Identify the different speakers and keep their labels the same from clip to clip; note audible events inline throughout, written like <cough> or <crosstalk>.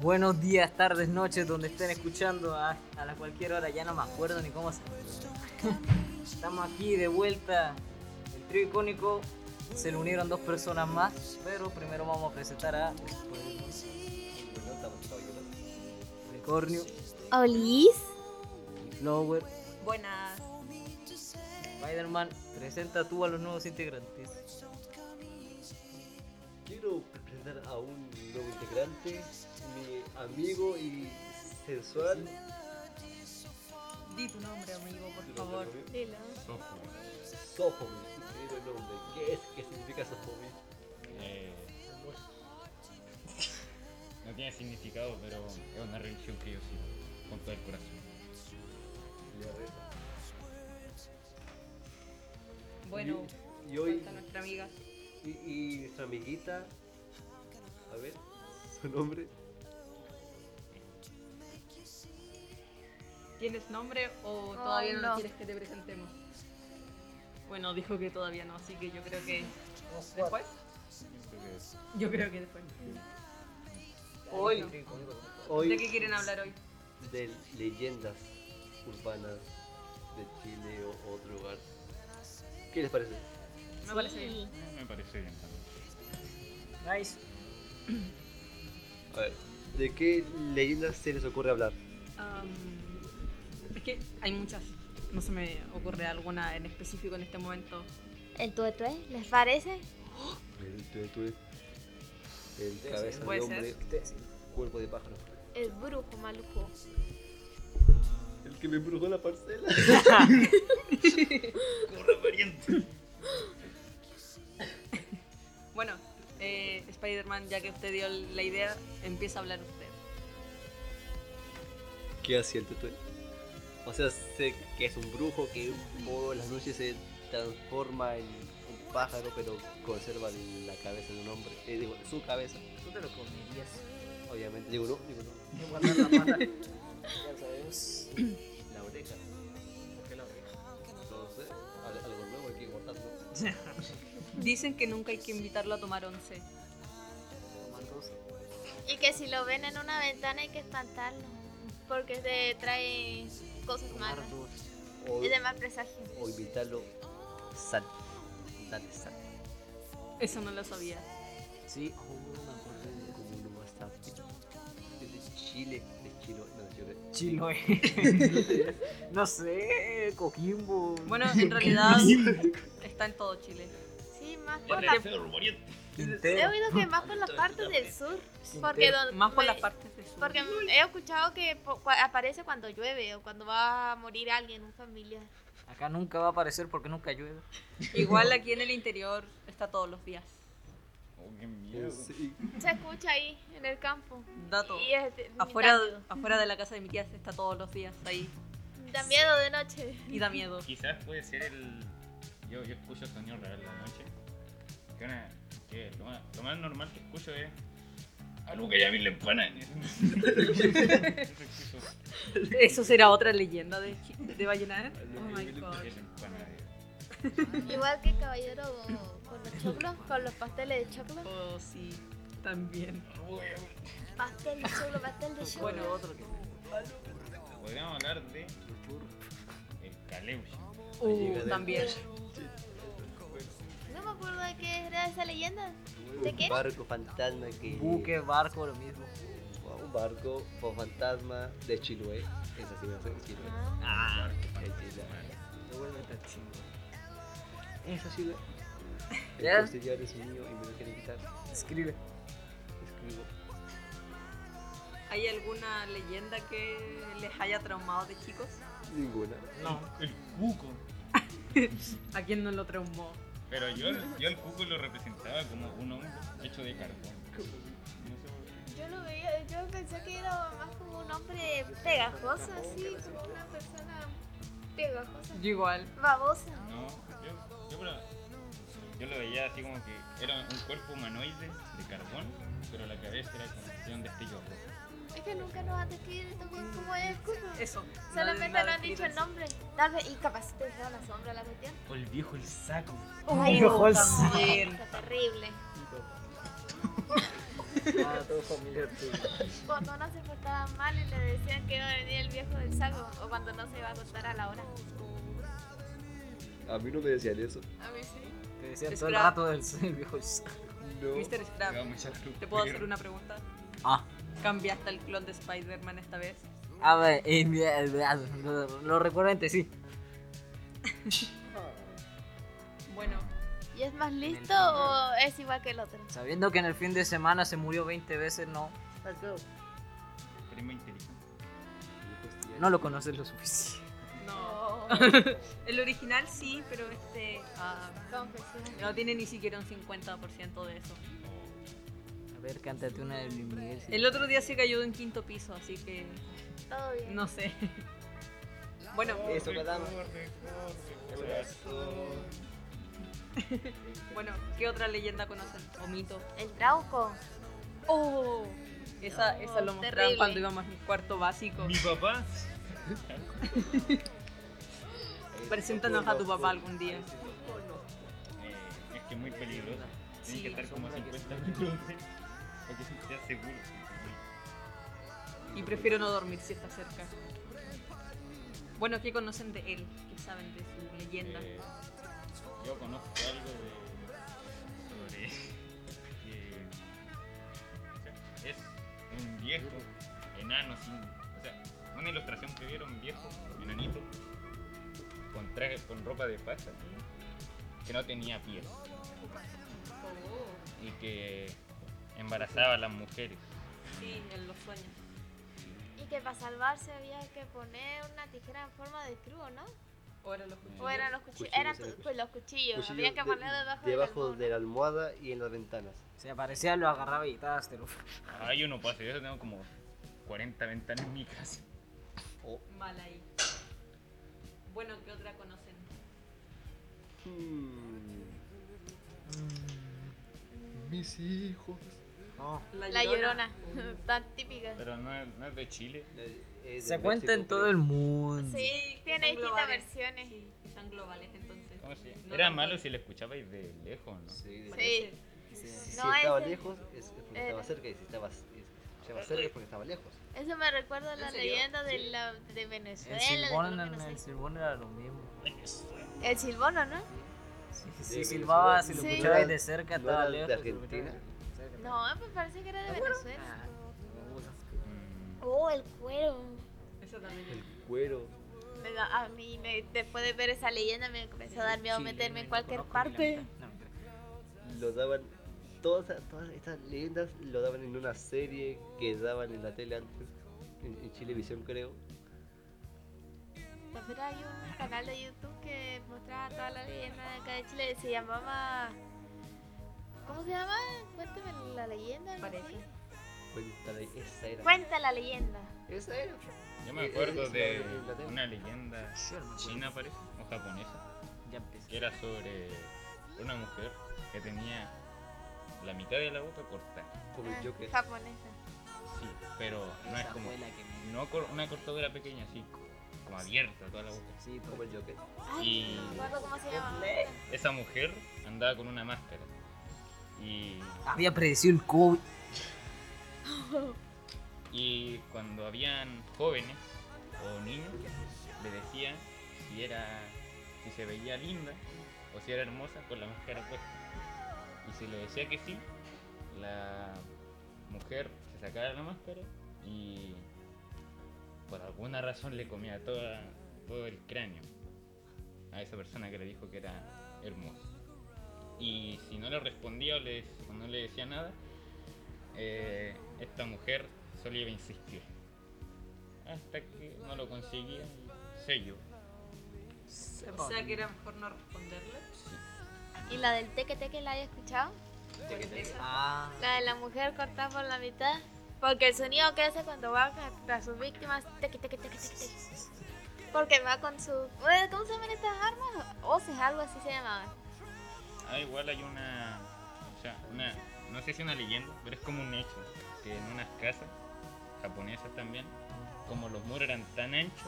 Speaker 1: buenos días, tardes, noches, donde estén escuchando a, a la cualquier hora, ya no me acuerdo ni cómo se. <laughs> Estamos aquí de vuelta. El trío icónico se le unieron dos personas más, pero primero vamos a presentar a Unicornio
Speaker 2: Olis.
Speaker 1: y Flower.
Speaker 3: Buenas.
Speaker 1: Spider-Man, presenta tú a los nuevos integrantes.
Speaker 4: Quiero presentar a un nuevo integrante, mi amigo y sensual.
Speaker 3: Di tu nombre, amigo, por
Speaker 4: Dilo,
Speaker 3: favor.
Speaker 4: dilo,
Speaker 2: Dilo.
Speaker 4: Sófobis, increíble nombre. ¿Qué es? ¿Qué significa Sófobis?
Speaker 5: Eh, no tiene significado, pero es una religión que yo sigo con todo el corazón.
Speaker 3: Bueno,
Speaker 4: Y, y hoy,
Speaker 3: falta nuestra amiga.
Speaker 4: y, y nuestra amiguita, a ver, su nombre.
Speaker 3: ¿Tienes nombre o todavía Oh, no,
Speaker 2: no.
Speaker 3: quieres que te presentemos? Bueno, dijo que todavía no, así que yo creo que después. Yo creo que después.
Speaker 1: Hoy.
Speaker 3: Bueno, ¿De qué
Speaker 4: Hoy,
Speaker 3: quieren hablar hoy?
Speaker 4: de leyendas urbanas de Chile o otro lugar. ¿Qué les parece?
Speaker 3: Me parece bien.
Speaker 5: Eh, Me parece bien también.
Speaker 1: Nice.
Speaker 4: A ver, ¿de qué leyendas se les ocurre hablar?
Speaker 3: Am, es que hay muchas. No se me ocurre alguna en específico en este momento.
Speaker 2: El tuetue, ¿les parece?
Speaker 4: El tuetue, el
Speaker 1: Sí,
Speaker 4: cabeza
Speaker 3: puede
Speaker 4: de hombre,
Speaker 3: ser.
Speaker 4: cuerpo de pájaro.
Speaker 2: El brujo maluco.
Speaker 4: El que me embrujó la parcela.
Speaker 3: Bueno, eh, Spider-Man, ya que usted dio la idea, empieza a hablar usted.
Speaker 4: ¿Qué hacía el tuetue? O sea, sé que es un brujo que por las noches se transforma en un pájaro, pero conserva la cabeza de un hombre. Eh, digo, su cabeza,
Speaker 1: Tú te lo comerías.
Speaker 4: obviamente. Digo, no, digo, no.
Speaker 1: Voy a guardar la pata. Ya sabes.
Speaker 4: <clears throat> La oreja,
Speaker 1: ¿Por qué la oreja?
Speaker 4: no sé. al- Algo nuevo hay que guardarlo.
Speaker 3: Dicen que nunca hay que invitarlo a tomar once.
Speaker 1: Toman dos.
Speaker 2: Y que si lo ven en una ventana hay que espantarlo. Porque te trae cosas
Speaker 1: Tomar
Speaker 2: malas.
Speaker 1: dos.
Speaker 4: O,
Speaker 2: Es de mal presagio.
Speaker 4: o invitarlo. Sal. Dale sal.
Speaker 3: Eso no lo sabía.
Speaker 1: Sí.
Speaker 4: Oh, me acordé de como uno más tarde. Es de Chile, de Chile, no de Chile.
Speaker 1: Chino, eh.
Speaker 3: <laughs>
Speaker 1: No sé, Coquimbo.
Speaker 3: Bueno,
Speaker 4: <laughs>
Speaker 3: en realidad está en todo Chile.
Speaker 2: Sí, más por la...
Speaker 5: Parece rumoreante.
Speaker 2: He
Speaker 1: Quintero.
Speaker 3: eh,
Speaker 2: oído que más por las partes del sur. Porque
Speaker 1: Entero.
Speaker 2: donde-
Speaker 3: Más por
Speaker 2: me-
Speaker 3: las partes de sur.
Speaker 2: Porque he escuchado que po- cua- aparece cuando llueve o cuando va a morir alguien, un familiar.
Speaker 1: Acá nunca va a aparecer porque nunca llueve.
Speaker 3: <laughs> Igual aquí en el interior está todos los días.
Speaker 5: Oh, qué miedo.
Speaker 4: Sí.
Speaker 2: Se escucha ahí, en el campo.
Speaker 3: Dato.
Speaker 2: Y es de-
Speaker 3: Afuera,
Speaker 2: da miedo.
Speaker 3: afuera de la casa de mi tía se está todos los días ahí.
Speaker 2: Da miedo de noche.
Speaker 3: Y da
Speaker 5: <laughs>
Speaker 3: miedo.
Speaker 5: Quizás puede ser el. Yo, yo escucho sonido real la noche. Que, una- que lo, más, lo más normal que escucho es. Algo que ya vi en la <laughs> empana. Eso escucho.
Speaker 3: Eso será otra leyenda de, de Vallenar. Oh
Speaker 4: Algo que
Speaker 3: my
Speaker 4: vi en la
Speaker 3: god.
Speaker 5: Es la empana de-
Speaker 2: Igual que el caballero con los choclos, con los pasteles de choclo.
Speaker 3: Oh, sí. También.
Speaker 2: Pastel de choclo, pastel de choclo.
Speaker 3: Bueno,
Speaker 1: otro que.
Speaker 5: Podríamos hablar de. El caleuche.
Speaker 3: Uh, también.
Speaker 2: no me acuerdo de qué era esa leyenda. ¿De qué?
Speaker 4: Un barco fantasma que.
Speaker 1: Buque, barco, lo mismo.
Speaker 4: Un barco o fantasma de Chiloé. Esa sí me hace de Chiloé.
Speaker 2: Ah,
Speaker 1: Ah,
Speaker 4: Es Chiloé.
Speaker 1: no vuelve tan chingo.
Speaker 4: Esa Chiloé.
Speaker 1: ¿Ya?
Speaker 4: El castellano es mío y me lo quieren quitar.
Speaker 1: Escribe.
Speaker 4: Escribo.
Speaker 3: ¿Hay alguna leyenda que les haya traumado de chicos?
Speaker 4: Ninguna.
Speaker 1: No.
Speaker 5: El cuco.
Speaker 3: ¿A quién no lo traumó?
Speaker 5: Pero yo, yo el cuco lo representaba como un hombre hecho de carbón.
Speaker 2: Yo lo veía, yo pensé que era más como un hombre pegajoso, así, como una persona pegajosa.
Speaker 3: Yo igual.
Speaker 2: Babosa.
Speaker 5: No, yo, yo, lo, yo lo veía así como que era un cuerpo humanoide de carbón, pero la cabeza era como de un destello rojo.
Speaker 2: Es que nunca nos han descrito bien cómo es como.
Speaker 3: Eso.
Speaker 2: Solamente
Speaker 3: nada
Speaker 2: no han dicho el
Speaker 3: escrito.
Speaker 2: nombre. Tal vez, y capaz te dejaron la sombra la cuestión.
Speaker 5: O el viejo el
Speaker 1: pues,
Speaker 5: saco.
Speaker 3: Ay,
Speaker 1: Viejo
Speaker 3: no,
Speaker 1: el
Speaker 3: también.
Speaker 2: Está terrible.
Speaker 1: Ah, todo familiar tuyo.
Speaker 2: Cuando no se portaban mal y le decían que iba a venir el viejo del saco, o cuando no se iba a acostar a la hora.
Speaker 4: A mí no me decían eso.
Speaker 3: A mí sí.
Speaker 1: Te decían
Speaker 3: Es
Speaker 1: todo el
Speaker 3: bravo.
Speaker 1: rato del el viejo.
Speaker 4: No.
Speaker 3: Mr. Scrap, ¿te puedo hacer una pregunta?
Speaker 1: Ah,
Speaker 3: ¿Cambiaste el clon de Spider-Man esta vez?
Speaker 1: a ver, eh, mira, eh, ah, lo, lo recurrente, sí.
Speaker 3: Bueno,
Speaker 2: ¿Y es más listo
Speaker 1: primero.
Speaker 2: o es igual que el otro?
Speaker 1: Sabiendo que en el fin de semana se murió 20 veces, no.
Speaker 5: Prima inteligente.
Speaker 1: No lo conoces lo suficiente.
Speaker 3: no. El original sí, pero este ah,
Speaker 2: Confesión.
Speaker 3: no tiene ni siquiera un 50% de eso.
Speaker 1: A ver, cántate una de Luis Miguel. sí.
Speaker 3: El otro día se cayó de un quinto piso, así que
Speaker 2: Todo bien.
Speaker 3: no sé. Bueno,
Speaker 5: Oh,
Speaker 4: Eso, Catán.
Speaker 3: bueno, ¿qué otra leyenda conocen? ¿O mito?
Speaker 2: El trauco.
Speaker 3: ¡Oh! Esa, esa lo mostraban
Speaker 2: Terrible.
Speaker 3: cuando íbamos en cuarto básico.
Speaker 5: Mi papá.
Speaker 4: Eh,
Speaker 3: Preséntanos a tu papá algún día.
Speaker 5: Eh, es que es muy peligroso. Tienes
Speaker 3: Sí,
Speaker 5: que estar como a
Speaker 1: sombra que
Speaker 5: 50 minutos. Porque si te aseguro.
Speaker 3: Y prefiero no dormir si está cerca. Bueno, ¿qué conocen de él? ¿Qué saben de su leyenda?
Speaker 5: Eh, yo conozco algo de. sobre. que- o sea, es un viejo enano sin. O sea, una ilustración que vieron, viejo, enanito, con, traje, con ropa de pasta, que no tenía piel
Speaker 3: Oh,
Speaker 5: y que embarazaba a las mujeres.
Speaker 3: sí, en los sueños.
Speaker 2: Y que para salvarse había que poner una tijera en forma de crudo, ¿no?
Speaker 3: Ahora los
Speaker 2: O eran los cuchillos.
Speaker 4: Cuchillos,
Speaker 2: eran
Speaker 4: eran
Speaker 2: tu- pues los cuchillos.
Speaker 4: Cuchillo
Speaker 2: había que
Speaker 4: de-
Speaker 2: poner debajo,
Speaker 4: debajo
Speaker 2: del
Speaker 4: de la almohada y en las ventanas.
Speaker 1: Se aparecía, lo agarraba y tástelo.
Speaker 5: Ah, yo no puedo hacer eso, tengo como 40 ventanas en mi casa.
Speaker 3: Mal ahí. Bueno, ¿qué otra conocen?
Speaker 4: Hmm. Mis hijos.
Speaker 1: No.
Speaker 2: La llorona. <laughs> Tan típica.
Speaker 5: Pero no es, no es de Chile.
Speaker 4: Eh,
Speaker 1: Se cuenta en todo el mundo.
Speaker 2: Sí, tiene distintas
Speaker 3: Son globales.
Speaker 2: versiones.
Speaker 3: Sí, están globales entonces.
Speaker 5: ¿Cómo se llama?
Speaker 3: No
Speaker 5: Era
Speaker 3: tanto-
Speaker 5: malo si la escuchabais de lejos, ¿no?
Speaker 4: Sí.
Speaker 2: Sí.
Speaker 1: Sí.
Speaker 4: Si
Speaker 2: No,
Speaker 4: estaba
Speaker 2: ese-
Speaker 4: lejos es es porque
Speaker 2: era.
Speaker 4: estaba cerca y si estaba, es- estaba cerca es porque estaba lejos.
Speaker 2: Eso me recuerda a la
Speaker 3: ¿En serio?
Speaker 2: leyenda de, la, de Venezuela.
Speaker 1: El
Speaker 2: de
Speaker 1: silbón,
Speaker 2: Colombia,
Speaker 1: en-
Speaker 2: no sé.
Speaker 1: el silbón era lo mismo.
Speaker 2: El silbono, ¿no?
Speaker 1: Si
Speaker 4: De
Speaker 1: silbaba,
Speaker 4: Venezuela.
Speaker 1: si lo
Speaker 2: Sí.
Speaker 1: escuchabas de cerca,
Speaker 4: ¿No
Speaker 1: estaba
Speaker 4: era de
Speaker 1: lejos. si lo
Speaker 4: Argentina?
Speaker 1: escuchabas de cerca,
Speaker 2: No, me parece que era de Venezuela.
Speaker 1: Ah, me gusta.
Speaker 5: Mm,
Speaker 2: Oh, el cuero.
Speaker 3: Eso también es.
Speaker 4: Cuero.
Speaker 2: Me da- a mí, me, después de ver esa leyenda, me comenzó a dar miedo
Speaker 1: Sí,
Speaker 2: meterme en
Speaker 1: no
Speaker 2: cualquier
Speaker 1: conozco ni la
Speaker 2: parte.
Speaker 1: mitad. No, mentira.
Speaker 4: Lo daban. Todas, todas estas leyendas lo daban en una serie que daban en la tele antes. En, en Chilevisión, creo.
Speaker 2: También hay un canal de YouTube que mostraba toda la leyenda de acá de Chile. Se llamaba. ¿Cómo se llama? Cuéntame la leyenda. algo así.
Speaker 3: Parece.
Speaker 4: Cuéntale, esa era.
Speaker 2: Cuenta la leyenda.
Speaker 4: Esa era.
Speaker 5: Yo me
Speaker 4: Eh,
Speaker 5: acuerdo
Speaker 4: es la
Speaker 5: de
Speaker 4: de- la de-
Speaker 5: una leyenda
Speaker 1: Yo no me acuerdo.
Speaker 5: china, parece, o japonesa,
Speaker 1: Ya empecé.
Speaker 5: que era sobre una mujer que tenía la mitad de la boca cortada.
Speaker 4: Como el
Speaker 2: Ah,
Speaker 4: Joker.
Speaker 2: Japonesa.
Speaker 5: Sí, pero no es
Speaker 1: Esa
Speaker 5: como.
Speaker 1: fue la que me-
Speaker 5: No cor- una cortadura pequeña, así, como abierta toda la boca.
Speaker 1: Sí,
Speaker 4: Como el Joker.
Speaker 2: Ay,
Speaker 5: Y-
Speaker 2: no me acuerdo cómo se llama.
Speaker 5: Esa mujer andaba con una máscara. Y
Speaker 1: Había predecido el COVID.
Speaker 5: Y cuando habían jóvenes o niños, le decían si era si se veía linda o si era hermosa con la máscara puesta. Y si le decía que sí, la mujer se sacaba la máscara y por alguna razón le comía toda, todo el cráneo a esa persona que le dijo que era hermosa. Y si no le respondía o, le- o no le decía nada, eh, esta mujer solía insistir. Hasta que no lo conseguía, sello.
Speaker 3: O sea que era mejor no responderle.
Speaker 2: ¿Y la del teque teque la hay escuchado?
Speaker 1: Ah,
Speaker 2: La de la mujer cortada por la mitad. Porque el sonido que hace cuando va a sus víctimas. Teque, teque, teque, teque, teque. Porque va con su. Bueno, ¿Cómo se llaman estas armas? Oces, algo así se llamaban.
Speaker 5: Ah, igual hay una. O sea, una. No sé si una leyenda, pero es como un hecho. Que en unas casas, japonesas también, como los muros eran tan anchos,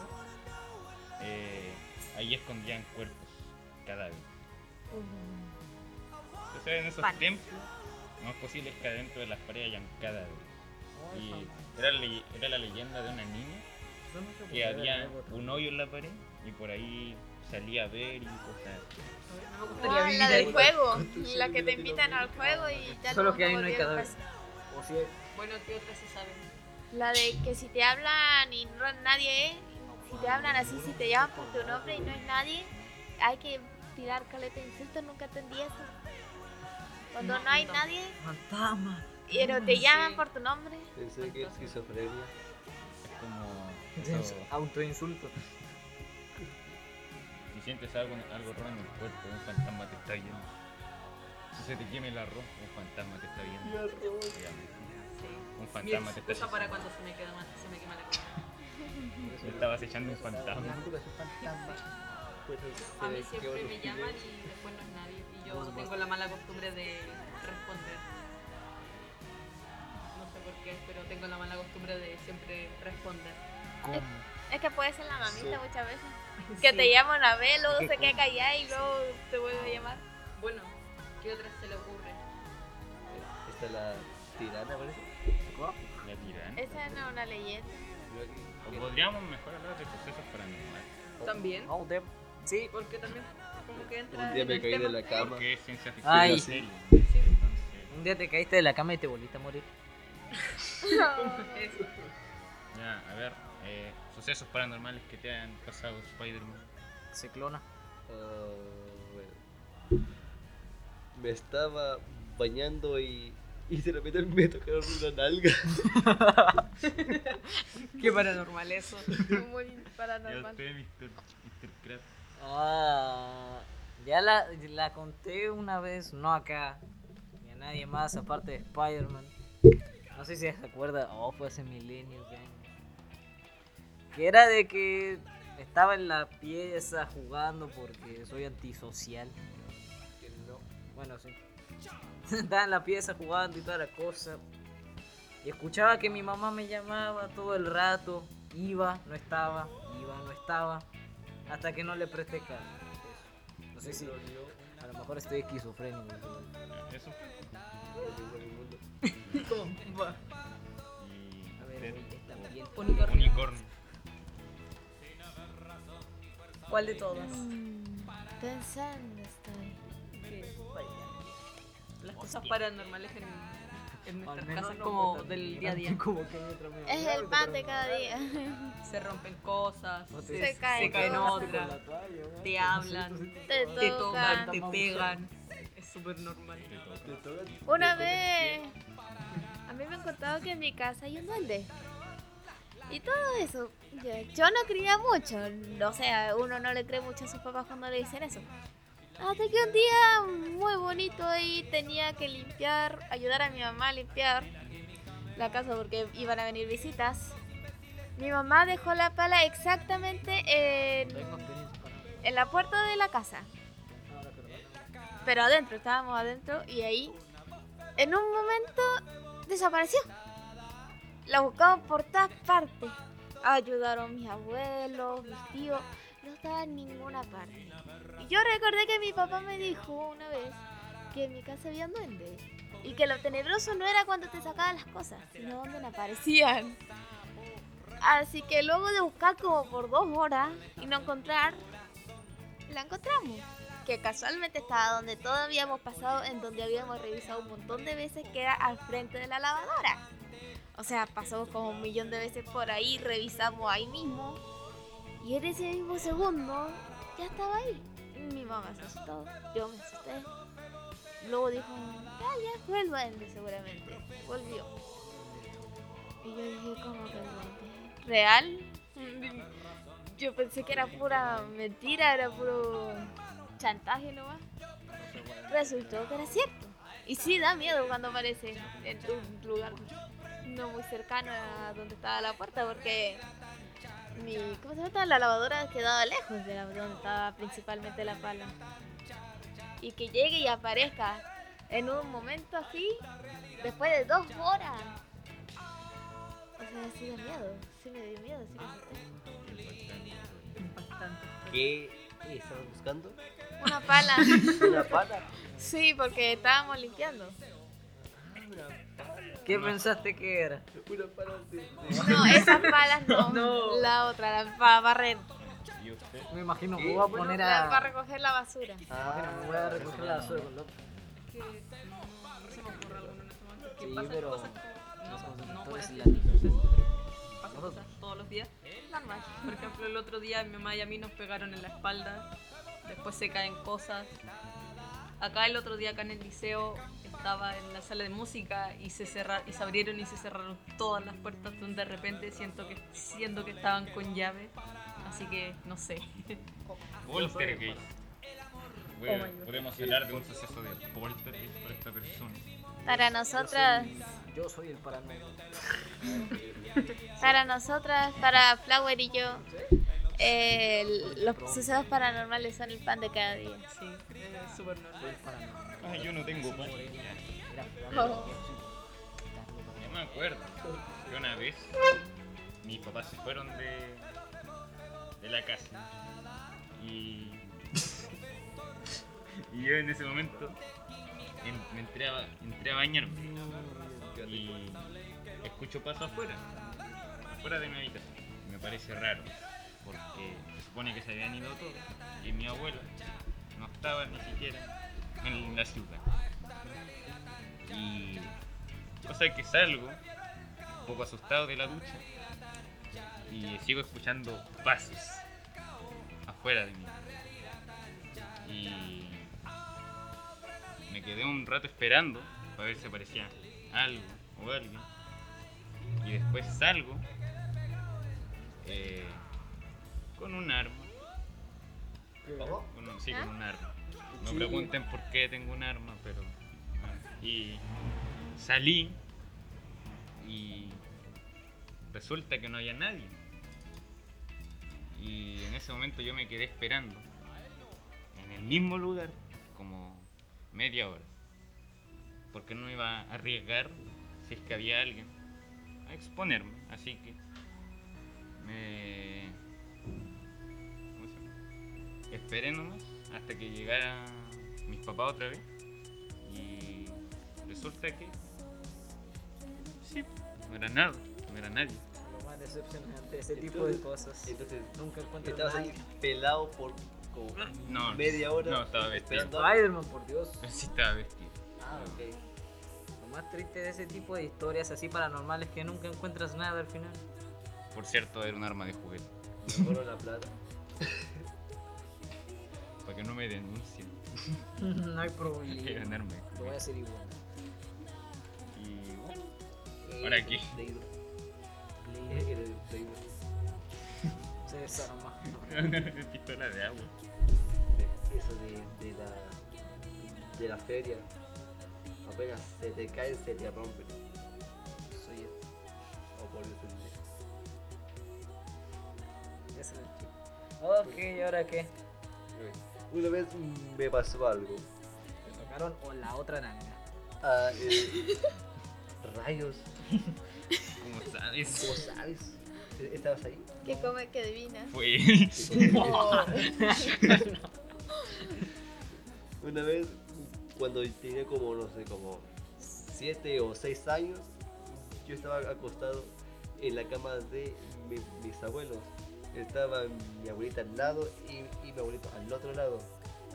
Speaker 5: eh, ahí escondían cuerpos, cadáveres. Entonces en esos
Speaker 2: Pan.
Speaker 5: templos más posible es que adentro de las paredes hayan cadáveres. Y era, le- era la leyenda de una niña que había un hoyo en la pared y por ahí salía a ver y cosas así.
Speaker 3: No me gustaría
Speaker 2: Ah,
Speaker 3: vivir
Speaker 2: la
Speaker 3: ahí.
Speaker 2: del juego, la que te invitan al juego y ya
Speaker 1: Solo
Speaker 2: no-
Speaker 1: que ahí no hay
Speaker 2: volvieron
Speaker 1: cadáveres.
Speaker 2: a
Speaker 1: O si es
Speaker 3: Bueno, ¿qué otras se saben?
Speaker 2: pasar. La de que si te hablan y no nadie es, si te hablan así, si te llaman por tu nombre y no es nadie, hay que tirar caleta de insultos, nunca entendí eso. Cuando
Speaker 3: No,
Speaker 2: no, hay
Speaker 3: no.
Speaker 2: nadie,
Speaker 1: fantasma.
Speaker 2: pero
Speaker 1: Mm,
Speaker 2: te llaman
Speaker 3: sí.
Speaker 2: por tu nombre.
Speaker 4: Pensé que es esquizofrenia.
Speaker 5: Es como.
Speaker 1: Entonces,
Speaker 5: eso,
Speaker 1: Autoinsulto.
Speaker 5: si sientes algo, algo raro en el cuerpo, un fantasma te está viendo. Si se te quema el arroz, un fantasma te está viendo. Digamos, Un
Speaker 3: Mi
Speaker 5: fantasma te está
Speaker 3: excusa para
Speaker 5: acechando.
Speaker 3: cuando se me queda más, se me quema la comida.
Speaker 5: Te estabas echando un fantasma.
Speaker 4: pues,
Speaker 3: A mí
Speaker 4: este,
Speaker 3: siempre me llaman y después no es nadie. Y yo tengo la mala costumbre de responder. No sé por qué, pero tengo la mala costumbre de siempre responder.
Speaker 2: Es que puede ser la mamita muchas <laughs> veces. Que
Speaker 3: Sí.
Speaker 2: te llama una vez, luego se queda callada y luego te vuelve a llamar.
Speaker 3: Bueno, ¿qué otra se le ocurre?
Speaker 4: Está la tirana, parece.
Speaker 5: La tirana.
Speaker 2: Esa no es una <laughs> leyenda.
Speaker 4: Creo
Speaker 5: O
Speaker 4: que-
Speaker 5: podríamos mejor hablar de sucesos paranormales.
Speaker 3: También.
Speaker 1: No, de- Sí, pues,
Speaker 3: Porque también como que entra
Speaker 4: Un día
Speaker 3: en
Speaker 4: me
Speaker 3: el
Speaker 4: caí de
Speaker 3: tema.
Speaker 4: la cama.
Speaker 5: Porque es ciencia ficción.
Speaker 1: Ay.
Speaker 5: y serio. Entonces,
Speaker 1: un día te caíste de la cama y te volviste a morir.
Speaker 3: <laughs> Eso.
Speaker 5: ya, a ver. eh, sucesos paranormales que te han pasado Spider-Man.
Speaker 1: Se clona.
Speaker 4: Ah, bueno. Me estaba bañando y, y de repente me tocaron una nalga.
Speaker 3: Qué paranormal eso.
Speaker 2: Humor
Speaker 5: Ya
Speaker 2: paranormal.
Speaker 5: usted, Mr. Mr. Krabs.
Speaker 1: Ah, ya la, la conté una vez, no acá, ni a nadie más aparte de Spider-Man. No sé si se acuerda, oh, fue hace milenios ya. Que era de que estaba en la pieza jugando porque soy antisocial. Bueno, sí. <laughs> Estaba en la pieza jugando y toda la cosa. Y escuchaba que mi mamá me llamaba todo el rato. Iba, no estaba, iba, no estaba. Hasta que no le presté cara. Eso. No sé si. A lo mejor estoy esquizofrénico. ¿no?
Speaker 5: Eso.
Speaker 3: Como, va.
Speaker 5: Y
Speaker 1: A ver,
Speaker 5: usted,
Speaker 1: esta también.
Speaker 3: Unicornio.
Speaker 5: unicornio.
Speaker 3: ¿Cuál de todas?
Speaker 2: Mm, Pensando estoy.
Speaker 3: Las cosas paranormales en, en
Speaker 1: Al
Speaker 3: nuestras
Speaker 1: menos
Speaker 3: casas
Speaker 1: no
Speaker 3: como
Speaker 1: fue tan
Speaker 3: del día a día.
Speaker 1: ignorante como que hay otra
Speaker 4: <laughs>
Speaker 1: amiga.
Speaker 2: Es el pan de cada día.
Speaker 3: Se rompen cosas,
Speaker 1: No te-
Speaker 3: se,
Speaker 2: Se caen
Speaker 3: se caen
Speaker 2: cosas.
Speaker 3: otras,
Speaker 1: La toalla, ¿no?
Speaker 3: te hablan,
Speaker 2: <laughs> Te
Speaker 3: te tocan,
Speaker 2: tocan.
Speaker 3: te pegan. Es súper normal.
Speaker 2: Una vez. A mí me han contado que en mi casa hay un duende. Y todo eso. Yo, yo no creía mucho. O sea, uno no le cree mucho a sus papás cuando le dicen eso. Hasta que un día muy bonito ahí tenía que limpiar, ayudar a mi mamá a limpiar la casa porque iban a venir visitas. Mi mamá dejó la pala exactamente en,
Speaker 1: Tengo experiencia para eso.
Speaker 2: en la puerta de la casa.
Speaker 1: Ahora que lo veo.
Speaker 2: Pero adentro, estábamos adentro y ahí, en un momento, desapareció. La buscaban por todas partes. Ayudaron mis abuelos, mis tíos, no estaba en ninguna parte. Y yo recordé que mi papá me dijo una vez que en mi casa había un duende y que lo tenebroso no era cuando te sacaban las cosas, sino donde aparecían. Así que luego de buscar como por dos horas y no encontrar, la encontramos que casualmente estaba donde todo habíamos pasado, en donde habíamos revisado un montón de veces, que era al frente de la lavadora. O sea, pasamos como un millón de veces por ahí, revisamos ahí mismo. Y en ese mismo segundo, ya estaba ahí. Mi mamá se asustó, yo me asusté. Luego dijo, ah, ya fue el duende seguramente. Volvió. Y yo dije, ¿cómo que el duende? ¿Real? <laughs> Yo pensé que era pura mentira, era puro chantaje nomás. Resultó que era cierto. Y sí, da miedo cuando aparece en un lugar no muy cercano a donde estaba la puerta, porque mi, ¿cómo se llama? La lavadora quedaba lejos de la- donde estaba principalmente la pala. Y que llegue y aparezca en un momento así, después de dos horas. O sea, sí da miedo, sí me dio miedo, sí me asusté.
Speaker 3: Impactante.
Speaker 4: ¿Qué estabas buscando?
Speaker 2: <laughs> Una pala.
Speaker 4: Una pala. <laughs>
Speaker 2: Sí, porque estábamos limpiando.
Speaker 1: ¿Qué
Speaker 5: No.
Speaker 1: pensaste que era?
Speaker 4: Una parada de- de-
Speaker 2: No, esas balas no.
Speaker 1: <laughs> No.
Speaker 2: La otra, la para barrer.
Speaker 5: ¿Y usted?
Speaker 1: Me imagino que
Speaker 4: ¿Qué?
Speaker 1: voy a
Speaker 2: Bueno,
Speaker 1: poner
Speaker 2: la para
Speaker 1: a.
Speaker 2: recoger la basura.
Speaker 1: Ah, voy a recoger la basura con loco.
Speaker 3: Que no se me ocurre alguno en este momento. Que
Speaker 1: Sí,
Speaker 3: pasan
Speaker 1: pero
Speaker 3: cosas
Speaker 1: los
Speaker 3: como. No, no
Speaker 1: conductores
Speaker 3: fuera
Speaker 1: y
Speaker 3: de
Speaker 1: la-
Speaker 3: Pasan
Speaker 1: Nosotros.
Speaker 3: cosas todos los días.
Speaker 2: Normal.
Speaker 3: Por ejemplo, el otro día mi mamá y a mí nos pegaron en la espalda, después se caen cosas. Acá el otro día, acá en el liceo, estaba en la sala de música y se, cerra y se abrieron y se cerraron todas las puertas de un de repente, siento que, siento que estaban con llave, así que no sé.
Speaker 5: Poltergeist.
Speaker 3: Oh my
Speaker 5: Bueno,
Speaker 3: God.
Speaker 5: podemos hablar de un suceso de poltergeist para esta persona.
Speaker 2: Para nosotras,
Speaker 1: Yo soy el paranoico.
Speaker 2: para nosotras, para Flower y yo, eh, los sucesos paranormales son el pan de cada día.
Speaker 3: Sí, es súper normal.
Speaker 1: Soy el paranoico.
Speaker 5: Ah, yo no tengo pan. Ya
Speaker 1: Era- era-
Speaker 2: Oh.
Speaker 5: me acuerdo que una vez mis papás se fueron de, de la casa y, y yo en ese momento en- me entré a, entré a bañarme y escucho paso afuera, afuera de mi habitación. Me parece raro, porque se supone que se habían ido todos y mi abuela no estaba ni siquiera en la ciudad. Y cosa que salgo, un poco asustado de la ducha, y sigo escuchando pasos afuera de mí. Y me quedé un rato esperando para ver si aparecía algo o alguien. Y después salgo eh, con un arma.
Speaker 4: Oh,
Speaker 5: Con un- sí, con un arma. No pregunten por qué tengo un arma, pero. ah, Y salí y resulta que no había nadie. Y en ese momento yo me quedé esperando en el mismo lugar como media hora. Porque no iba a arriesgar si es que había alguien a exponerme. Así que me... ¿Cómo se llama? Esperé nomás hasta que llegara mis papás otra vez. Y resulta que. Sí, no era nada, no era nadie.
Speaker 1: Lo más decepcionante, ese tipo de cosas.
Speaker 4: Entonces,
Speaker 1: Nunca encuentro
Speaker 4: estabas ahí pelado por como
Speaker 5: No,
Speaker 4: media hora.
Speaker 5: no, estaba vestido.
Speaker 4: esperando a-
Speaker 1: Spider-Man, por Dios.
Speaker 5: <laughs> Sí, estaba vestido.
Speaker 1: Ah, ok. Lo más triste de ese tipo de historias así paranormales que nunca encuentras nada al final. <laughs>
Speaker 5: Por cierto, era un arma de juguete.
Speaker 4: Me robaron la plata.
Speaker 1: <laughs>
Speaker 5: Para que no me denuncien.
Speaker 1: no hay
Speaker 5: <laughs> Era un
Speaker 1: problema.
Speaker 5: arma de
Speaker 1: Lo voy a
Speaker 5: juguete.
Speaker 1: hacer igual.
Speaker 5: Y bueno, <laughs>
Speaker 4: Eh,
Speaker 5: Ahora aquí.
Speaker 4: Play Doh.
Speaker 1: Play-
Speaker 4: Era de Play Doh.
Speaker 1: Se desarma.
Speaker 5: era una pistola de agua.
Speaker 4: De- Eso de, de la. de la feria. Apenas se te cae, se te rompe.
Speaker 1: Soy yo.
Speaker 4: O por eso.
Speaker 1: Ese es el chip. Ok, ¿y ahora qué?
Speaker 4: Una vez me pasó algo.
Speaker 1: ¿Te tocaron o la otra naranja?
Speaker 4: Ah, eh,
Speaker 1: <laughs>
Speaker 4: rayos,
Speaker 5: Como
Speaker 4: ¿cómo
Speaker 5: sabes?
Speaker 4: sabes? ¿E-, ¿Estabas ahí?
Speaker 2: Que come, que adivina.
Speaker 5: <laughs> Fue.
Speaker 4: Una vez, cuando tenía como, no sé, como 7 o 6 años, yo estaba acostado en la cama de mi- mis abuelos. Estaba mi abuelita al lado y, y mi abuelito al otro lado.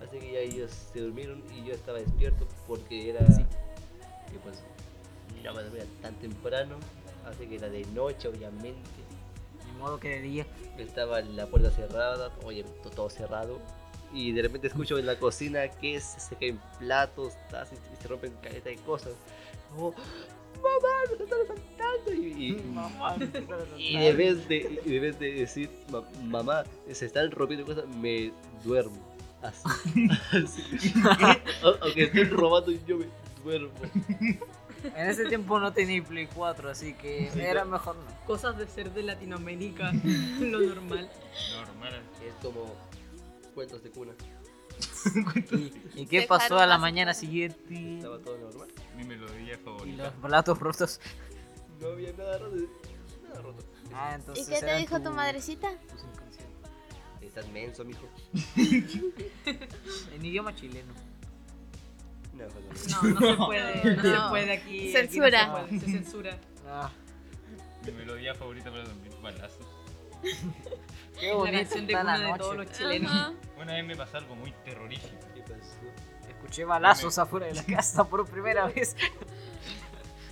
Speaker 4: Así que ya ellos se durmieron y yo estaba despierto porque era. Y pues, la madre era tan temprano, así que era de noche, obviamente.
Speaker 1: Ni modo que de día.
Speaker 4: Estaba la puerta cerrada, oye, to- todo cerrado. Y de repente escucho en la cocina que se, se caen platos, tazas y se rompen caleta de cosas. Como, ¡Mamá, nos están asaltando! Y, y- y de, vez de, y de vez de decir, "Ma- mamá, se están rompiendo cosas, me duermo. Así. Así. A- Aunque estén robando, yo me duermo.
Speaker 1: En ese tiempo no tenía Play 4, así que era mejor no.
Speaker 3: Cosas de ser de Latinoamérica, <laughs> lo normal.
Speaker 5: Normal.
Speaker 4: Es como cuentos de cuna.
Speaker 1: ¿Y, y qué
Speaker 2: Dejaron
Speaker 1: pasó a la
Speaker 2: las
Speaker 1: mañana
Speaker 2: cosas.
Speaker 1: siguiente?
Speaker 4: Estaba todo normal.
Speaker 5: Mi melodía
Speaker 1: Y
Speaker 5: favorita.
Speaker 1: los platos rotos.
Speaker 4: No había nada roto. Nada roto.
Speaker 1: Ah,
Speaker 2: ¿Y
Speaker 1: entonces
Speaker 2: qué te
Speaker 1: eran
Speaker 2: dijo tu
Speaker 1: tu-
Speaker 2: madrecita?
Speaker 1: tus inconscientes.
Speaker 4: Estás menso, mijo.
Speaker 1: En idioma chileno.
Speaker 4: No, no, no.
Speaker 3: No, no se <laughs> puede, no,
Speaker 2: No.
Speaker 3: se puede aquí.
Speaker 2: Censura.
Speaker 3: Aquí no se, puede, se censura.
Speaker 1: Ah,
Speaker 5: Mi melodía favorita para dormir, balazos.
Speaker 1: qué
Speaker 3: Es la
Speaker 1: bonita
Speaker 3: canción de
Speaker 1: está la
Speaker 3: cuna de
Speaker 1: noche.
Speaker 3: todos los chilenos.
Speaker 5: Una vez me pasó algo muy terrorífico.
Speaker 4: ¿Qué pasó?
Speaker 1: Escuché balazos afuera de la casa por primera vez.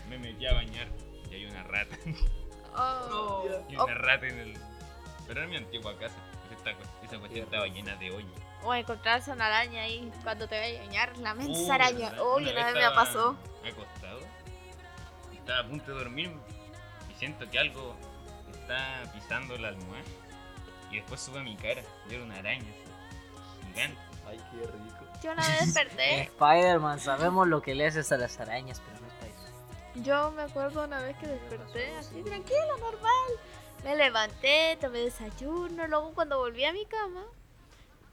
Speaker 5: Me metí a bañar y hay una rata. <laughs>
Speaker 2: Oh.
Speaker 3: No.
Speaker 5: Y una rata en el. Pero era mi antigua casa. Esa, cu- esa cuestión estaba llena de hoyos.
Speaker 2: O encontrarse una araña ahí cuando te vaya a bañar. La mensa
Speaker 5: Uh,
Speaker 2: araña.
Speaker 5: ¿verdad?
Speaker 2: Uy, una vez me la
Speaker 5: estaba
Speaker 2: pasó.
Speaker 5: Acostado. y Estaba a punto de dormirme. Y siento que algo está pisando la almohada. Y después sube a mi cara. Y era una araña. así, Gigante.
Speaker 4: Ay, qué rico.
Speaker 2: Yo una vez desperté.
Speaker 1: Spider-Man, sabemos lo que le haces a las arañas, pero no Spider-Man.
Speaker 2: Yo me acuerdo una vez que desperté así tranquila, normal. Me levanté, tomé desayuno, luego cuando volví a mi cama.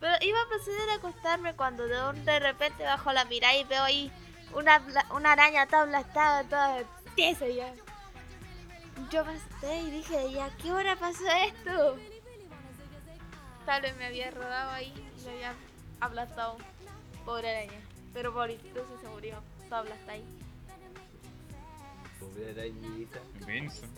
Speaker 2: Pero iba a proceder a acostarme cuando de, un- de repente bajo la mirada y veo ahí una, bla- una araña toda aplastada, toda tiesa ya. Yo me asusté y dije, ¿y a qué hora pasó esto? Tal vez me había rodado ahí y me había aplastado. Pobre araña. Pero pobrecito sí se murió, toda aplastada ahí.
Speaker 4: Pobre arañita.
Speaker 5: Benson.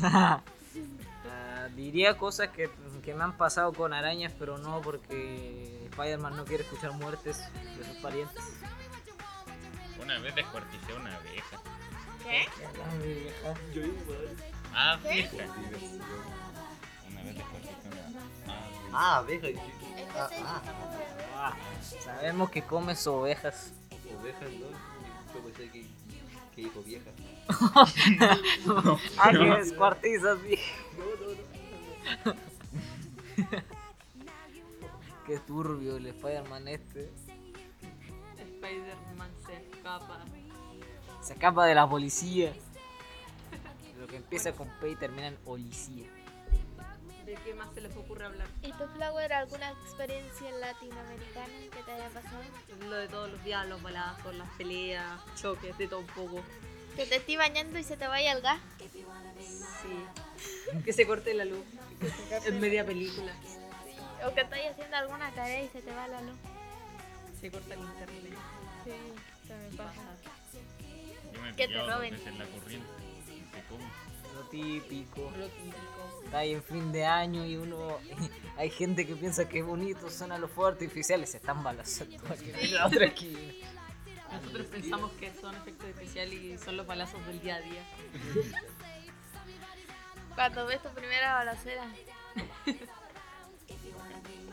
Speaker 1: <laughs> Ah, diría cosas que, que me han pasado con arañas, pero no porque Spider-Man no quiere escuchar muertes de sus parientes.
Speaker 5: Una vez descuarticé a una abeja.
Speaker 2: ¿Qué?
Speaker 4: Yo igual.
Speaker 5: Abeja.
Speaker 4: Sí, yo-
Speaker 5: Ah, Una vez descuarticé a una abeja.
Speaker 4: Ah, abeja. yo-
Speaker 2: Es que
Speaker 4: Ah,
Speaker 2: se
Speaker 4: ah.
Speaker 1: Ah, sabemos que comes ovejas.
Speaker 4: Ovejas, ¿no? Yo pensé que, que dijo vieja.
Speaker 1: Ah, que descuartizas, sí.
Speaker 4: No, no, no.
Speaker 1: Qué turbio el Spider-Man este.
Speaker 3: Spider-Man se escapa.
Speaker 1: Se escapa de la policía. Lo que empieza con P y termina en policía.
Speaker 3: ¿De qué más se les ocurre hablar?
Speaker 2: ¿Y tu Flower alguna experiencia latinoamericana que te haya pasado?
Speaker 3: Lo de todos los días, los balazos, las peleas, choques, de todo un poco.
Speaker 2: Que te estés bañando y se te vaya el gas.
Speaker 3: Sí. Que se corte la luz. En media película.
Speaker 2: O que estés haciendo alguna tarea y se te va la luz.
Speaker 3: Se corta el internet.
Speaker 2: Sí, también
Speaker 3: Pasa.
Speaker 5: Yo me he
Speaker 2: Que te
Speaker 5: pillado dos
Speaker 2: roben.
Speaker 5: veces en la corriente. ¿De cómo?
Speaker 1: Lo típico.
Speaker 3: Lo típico.
Speaker 1: Está ahí en fin de año y uno. <laughs> Hay gente que piensa que es bonito, suena los fuegos artificiales, se están balazando aquí en <laughs> la otra esquina.
Speaker 3: Nosotros pensamos que son efectos especiales y son los balazos del día a día.
Speaker 2: Cuando ves tu primera balacera.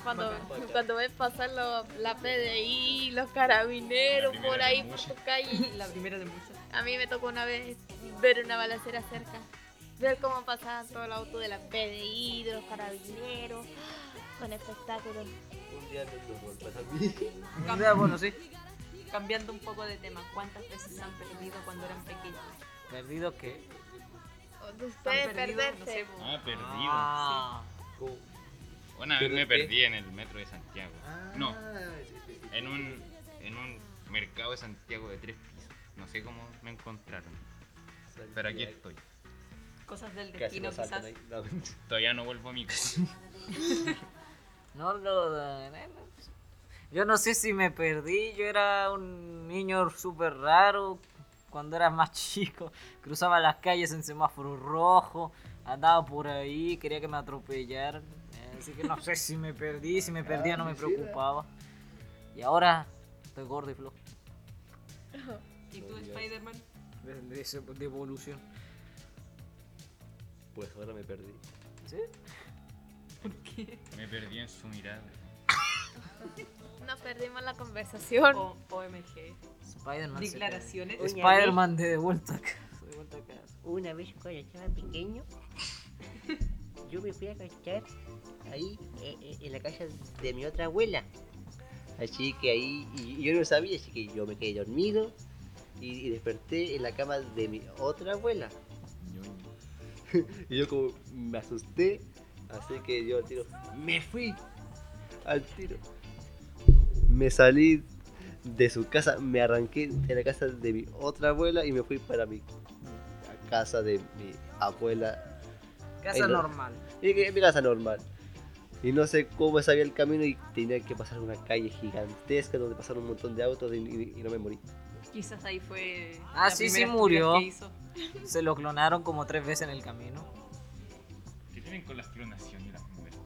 Speaker 2: Cuando, cuando ves pasar lo- la PDI, los carabineros
Speaker 5: La primera
Speaker 2: por ahí,
Speaker 5: de
Speaker 2: por
Speaker 5: muchas.
Speaker 2: tus calles.
Speaker 3: La primera de muchas.
Speaker 2: A mí me tocó una vez ver una balacera cerca. Ver cómo pasaban todo el auto de la PDI, de los carabineros. Con espectáculo.
Speaker 4: Un día no nos vuelvas a mí.
Speaker 1: Ya, bueno, sí.
Speaker 3: Cambiando un poco de tema, ¿cuántas veces han perdido cuando eran pequeños?
Speaker 1: Perdido que.
Speaker 2: De
Speaker 3: ¿Han
Speaker 2: ustedes
Speaker 3: Oh, perdido? No sé,
Speaker 2: perderse.
Speaker 3: po.
Speaker 5: Ah, perdido.
Speaker 1: Ah,
Speaker 4: Como-
Speaker 5: Una vez
Speaker 4: ¿Pero
Speaker 5: me
Speaker 4: qué?
Speaker 5: perdí en el metro de Santiago. No, Eh,
Speaker 4: Ah, sí, sí, sí.
Speaker 5: en un, en un mercado de Santiago de tres pisos. No sé cómo me encontraron, pero aquí estoy.
Speaker 3: Cosas del
Speaker 4: Casi
Speaker 3: destino
Speaker 4: nos saltan
Speaker 3: quizás.
Speaker 4: ahí. No, <laughs>
Speaker 5: Todavía no vuelvo a mi casa.
Speaker 1: no lo. eh, no. Yo no sé si me perdí, yo era un niño súper raro cuando era más <laughs> chico. Cruzaba las calles en semáforo rojo, andaba por ahí, quería que me atropellaran. eh, Así que no sé si me perdí, si me perdía no me
Speaker 4: suicida.
Speaker 1: preocupaba. Y ahora estoy gordo y flojo.
Speaker 3: ¿Y tú, Spider-Man?
Speaker 1: De, de- de evolución.
Speaker 4: Pues ahora me perdí.
Speaker 1: ¿Sí?
Speaker 3: ¿Por qué?
Speaker 5: Me perdí en su mirada.
Speaker 2: Nos perdimos la conversación.
Speaker 3: O, OMG.
Speaker 1: Spider-Man. se-
Speaker 3: Declaraciones.
Speaker 1: Spider-Man de, de vuelta a casa. De vuelta a casa.
Speaker 6: Una vez cuando estaba pequeño, yo me fui a cachar ahí eh, eh, en la casa de mi otra abuela. Así que ahí, y yo no sabía, así que yo me quedé dormido y, y desperté en la cama de mi otra abuela.
Speaker 5: Ñoño.
Speaker 4: Y yo como me asusté, así que yo al tiro, me fui al tiro. Me salí de su casa, me arranqué de la casa de mi otra abuela y me fui para mi la casa de mi abuela.
Speaker 1: Casa
Speaker 4: Ahí lo-
Speaker 1: normal.
Speaker 4: Y que- mi casa normal. Y no sé cómo sabía el camino y tenía que pasar una calle gigantesca donde pasaron un montón de autos y, y- y no me morí.
Speaker 3: Quizás ahí fue.
Speaker 1: Ah,
Speaker 3: la
Speaker 1: sí, sí
Speaker 3: primera
Speaker 1: murió.
Speaker 3: estupidez que hizo.
Speaker 1: Se lo clonaron como tres veces en el camino.
Speaker 5: ¿Qué tienen con las clonaciones y las muertes?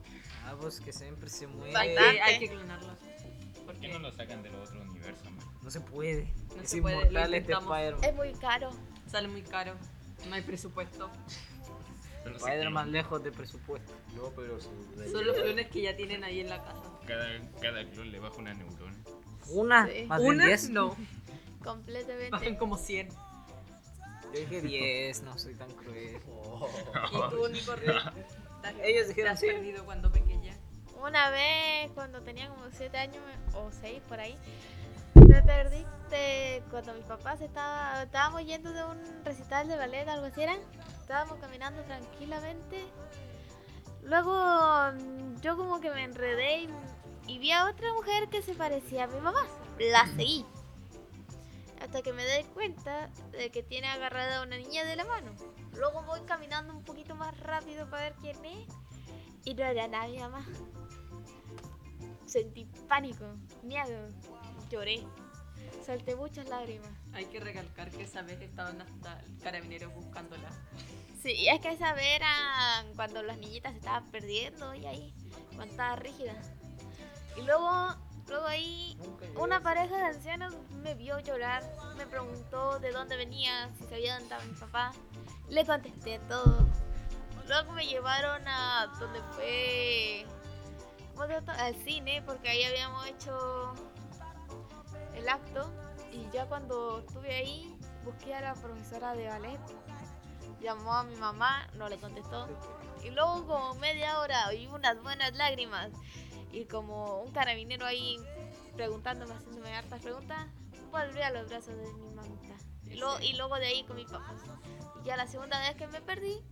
Speaker 1: Ah, pues que siempre se
Speaker 3: Hay
Speaker 1: mueve.
Speaker 2: Bastante.
Speaker 3: que, hay que clonarlo.
Speaker 5: ¿Por qué no lo sacan del otro universo, man?
Speaker 1: No se puede.
Speaker 3: No
Speaker 1: es
Speaker 3: se puede, lo
Speaker 1: inmortal este
Speaker 3: intentamos.
Speaker 1: Spider-Man.
Speaker 2: Es muy caro.
Speaker 3: Sale muy caro. No hay presupuesto.
Speaker 5: Solo se
Speaker 1: Spider-Man
Speaker 5: clonan.
Speaker 1: lejos de presupuesto.
Speaker 4: No, pero sí.
Speaker 3: Son los clones que ya tienen ahí en la casa.
Speaker 5: Cada, cada clon le baja una neurona.
Speaker 1: Una,
Speaker 2: Sí.
Speaker 1: más de
Speaker 3: ¿Una?
Speaker 1: 10.
Speaker 3: No. Bajan
Speaker 2: Completamente.
Speaker 3: como 100.
Speaker 1: Yo dije 10, no soy tan cruel.
Speaker 3: Y tú, Nico Ríos, estás-
Speaker 1: Ellos dijeron
Speaker 3: te has
Speaker 1: sí.
Speaker 3: perdido cuando pequeña.
Speaker 2: Una vez, cuando tenía como 7 años me- o 6 por ahí, me perdiste cuando mis papás estaba, estábamos yendo de un recital de ballet, algo así era. Estábamos caminando tranquilamente. Luego mm, yo como que me enredé y, y vi a otra mujer que se parecía a mi mamá. La seguí. Hasta que me di cuenta de que tiene agarrada a una niña de la mano. Luego voy caminando un poquito más rápido para ver quién es. Y no era nada mi mamá. Sentí pánico, miedo, lloré, salté muchas lágrimas.
Speaker 3: Hay que recalcar que esa vez estaban hasta carabineros buscándola.
Speaker 2: Sí, y es que esa vez era cuando las niñitas se estaban perdiendo y ahí, cuando estaba rígida. Y luego, luego ahí una pareja de ancianos me vio llorar, me preguntó de dónde venía, si sabía dónde estaba mi papá. Le contesté todo. Luego me llevaron a donde fue ¿cómo se llama? al cine porque ahí habíamos hecho el acto y ya cuando estuve ahí busqué a la profesora de ballet. Llamó a mi mamá, no le contestó. Y luego como media hora oí unas buenas lágrimas y como un carabinero ahí preguntándome, haciéndome hartas preguntas, volví a los brazos de mi mamita. Y luego, y luego de ahí con mis papás. Y ya la segunda vez que me perdí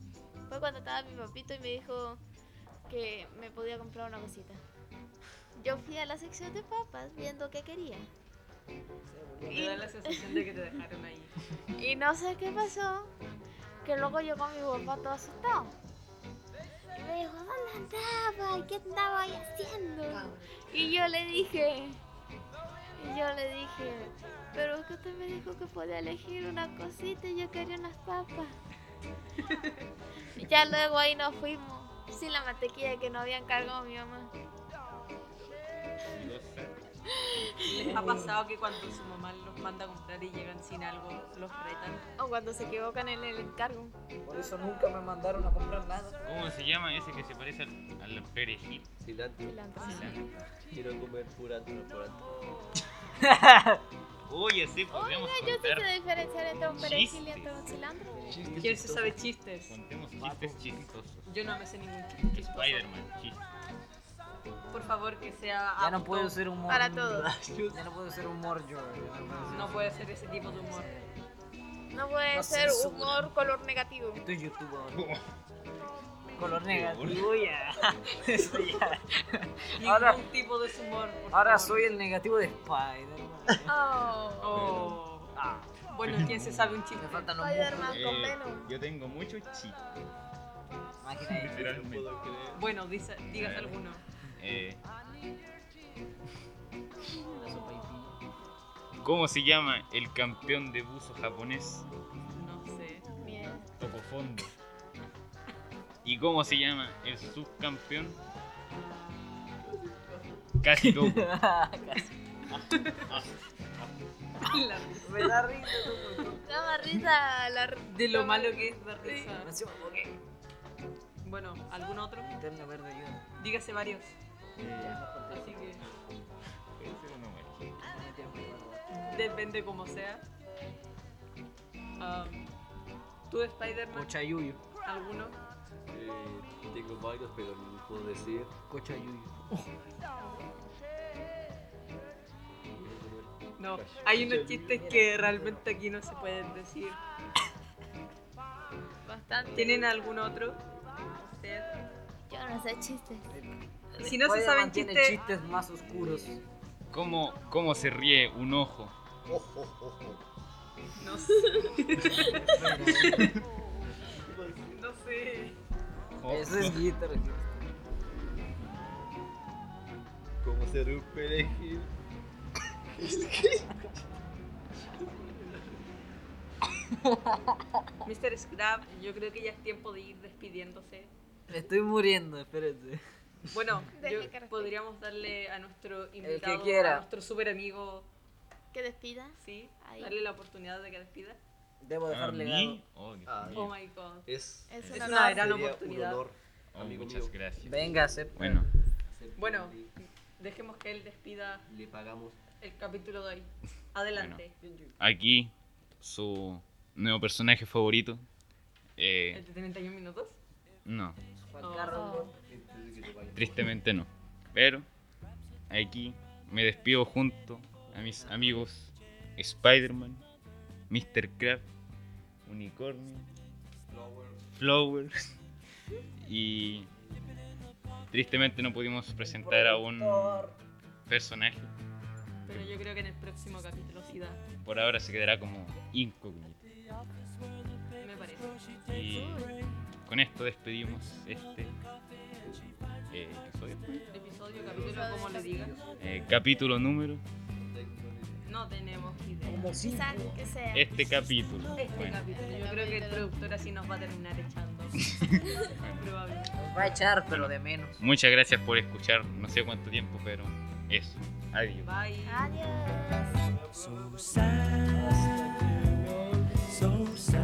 Speaker 2: fue cuando estaba mi papito y me dijo que me podía comprar una cosita. Yo fui a la sección de papas viendo qué quería.
Speaker 3: Me da la sensación de que te dejaron ahí.
Speaker 2: Y no sé qué pasó, que luego llegó mi papá todo asustado. Y me dijo, ¿dónde andaba? ¿Y qué andaba ahí haciendo? Y yo le dije, y yo le dije, pero es que usted me dijo que podía elegir una cosita y yo quería unas papas. y ya luego ahí nos fuimos, sin la mantequilla que nos habían cargado mi mamá.
Speaker 5: Y dos sacos.
Speaker 3: ¿Les ha pasado que cuando su mamá los manda a comprar y llegan sin algo, los retan?
Speaker 2: O cuando se equivocan en el encargo.
Speaker 1: Por eso nunca me mandaron a comprar nada.
Speaker 5: ¿Cómo se llama ese que se parece al, al perejil?
Speaker 4: Cilantro. Quiero comer pura pura.
Speaker 5: Oye, sí, podríamos
Speaker 2: Yo sí
Speaker 5: contar.
Speaker 2: sé diferenciar entre un perejil y entre
Speaker 5: Chistes.
Speaker 2: un cilantro.
Speaker 3: ¿Quién se sabe chistes?
Speaker 5: Contemos chistes chistosos.
Speaker 3: Yo no me sé ningún chiste. chistoso.
Speaker 5: Spider-Man, chiste.
Speaker 3: Por favor, que sea.
Speaker 1: Ya no
Speaker 3: apto.
Speaker 1: puedo ser humor.
Speaker 2: Para todos.
Speaker 1: <laughs> Ya no puedo ser humor, yo. ya no puedo ser-
Speaker 3: No puede ser ese tipo de humor.
Speaker 2: No puede
Speaker 1: No
Speaker 2: ser
Speaker 1: censura.
Speaker 2: humor color negativo.
Speaker 1: Esto es YouTube ahora. Color negativo ya. <laughs> Eso ya.
Speaker 3: Ningún
Speaker 1: Ahora-
Speaker 3: tipo de humor. por
Speaker 1: Ahora
Speaker 3: favor.
Speaker 1: soy el negativo de Spider-Man.
Speaker 3: Oh.
Speaker 1: Ah,
Speaker 3: Bueno, ¿quién se sabe un chiste?
Speaker 1: me faltan los músculos.
Speaker 2: Spider-Man con Venom.
Speaker 5: Eh, yo tengo muchos chistes,
Speaker 1: Imagina eso.
Speaker 5: literalmente.
Speaker 3: Bueno, dice, digas alguno.
Speaker 5: Eh, ¿Cómo se llama el campeón de buzo japonés?
Speaker 3: No sé. <laughs>
Speaker 2: Mierda.
Speaker 5: Tocofondo. ¿Y cómo se llama el subcampeón? Casi
Speaker 1: <laughs>
Speaker 5: Doku.
Speaker 3: La risa.
Speaker 1: <laughs> Me da risa. tú.
Speaker 2: Da más risa la r-
Speaker 3: De lo malo que es dar risa.
Speaker 1: Me encima, ok.
Speaker 3: Bueno, ¿algún otro?
Speaker 1: Interno verde ayuda.
Speaker 3: Dígase varios.
Speaker 5: Eh,
Speaker 3: Así que
Speaker 5: ese no me-
Speaker 3: depende como sea. Ah, ¿Tú de Spider-Man?
Speaker 1: Cochayuyo.
Speaker 3: ¿Alguno?
Speaker 4: Eh, Tengo varios, pero no puedo decir.
Speaker 1: Cochayuyo.
Speaker 3: No. Hay unos chistes que realmente aquí no se pueden decir.
Speaker 2: bastante.
Speaker 3: ¿Tienen algún otro? ¿Usted?
Speaker 2: Yo no sé chistes.
Speaker 3: Y si no se saben
Speaker 1: tiene
Speaker 3: chistes-
Speaker 1: chistes más oscuros.
Speaker 5: ¿Cómo, ¿Cómo se ríe un ojo?
Speaker 3: No sé.
Speaker 5: Ojo.
Speaker 3: no sé. <laughs>
Speaker 1: Oh. Eso es guitarra.
Speaker 4: ser un perejil.
Speaker 3: Mr. Scrap, yo creo que ya es tiempo de ir despidiéndose.
Speaker 1: Me estoy muriendo, espérate.
Speaker 3: Bueno,
Speaker 2: Deje
Speaker 3: yo-
Speaker 2: que respire.
Speaker 3: podríamos darle a nuestro invitado,
Speaker 1: quiera.
Speaker 3: a nuestro super amigo,
Speaker 2: Que despidas.
Speaker 3: ¿sí?
Speaker 2: Ahí.
Speaker 3: Darle la oportunidad de que despida.
Speaker 1: Debo
Speaker 5: ¿A
Speaker 1: dejar legado.
Speaker 5: mí? Oh, Dios
Speaker 4: Ah.
Speaker 5: mío.
Speaker 3: Oh my god.
Speaker 4: Es,
Speaker 2: Es
Speaker 3: un
Speaker 4: es
Speaker 3: honor. gran
Speaker 4: sería
Speaker 3: oportunidad.
Speaker 4: Un honor,
Speaker 5: Oh,
Speaker 4: amigo
Speaker 5: muchas
Speaker 4: mío.
Speaker 5: gracias.
Speaker 1: Venga, acepta.
Speaker 5: Bueno,
Speaker 3: Bueno. Dejemos que él despida
Speaker 4: Le pagamos.
Speaker 3: el capítulo de hoy. Adelante.
Speaker 5: aquí su nuevo personaje favorito. Eh,
Speaker 3: ¿El de 31 minutos?
Speaker 5: no,
Speaker 1: Juan
Speaker 3: Oh.
Speaker 1: Carlos.
Speaker 4: Entonces, que te vaya.
Speaker 5: tristemente no. Pero aquí me despido junto a mis amigos Spider-Man, Mr. Crab, Unicornio,
Speaker 4: Flower.
Speaker 5: Flower <laughs> y tristemente no pudimos presentar a un personaje.
Speaker 3: Pero yo creo que en el próximo capítulo sí da,
Speaker 5: Por ahora se quedará como incógnito.
Speaker 3: me parece.
Speaker 5: Y con esto despedimos este eh, episodio.
Speaker 3: Episodio, capítulo, como le digan.
Speaker 5: Eh, capítulo número,
Speaker 3: No tenemos idea.
Speaker 1: Como si.
Speaker 2: Quizás que sea.
Speaker 5: este capítulo.
Speaker 3: Este
Speaker 5: Bueno,
Speaker 3: capítulo. Yo creo que el productor así nos va a terminar echando. Probablemente.
Speaker 1: Nos va a echar, pero de menos.
Speaker 5: muchas gracias por escuchar, no sé cuánto tiempo, pero eso. Adiós.
Speaker 3: Bye.
Speaker 2: Adiós.
Speaker 7: So sad, so sad.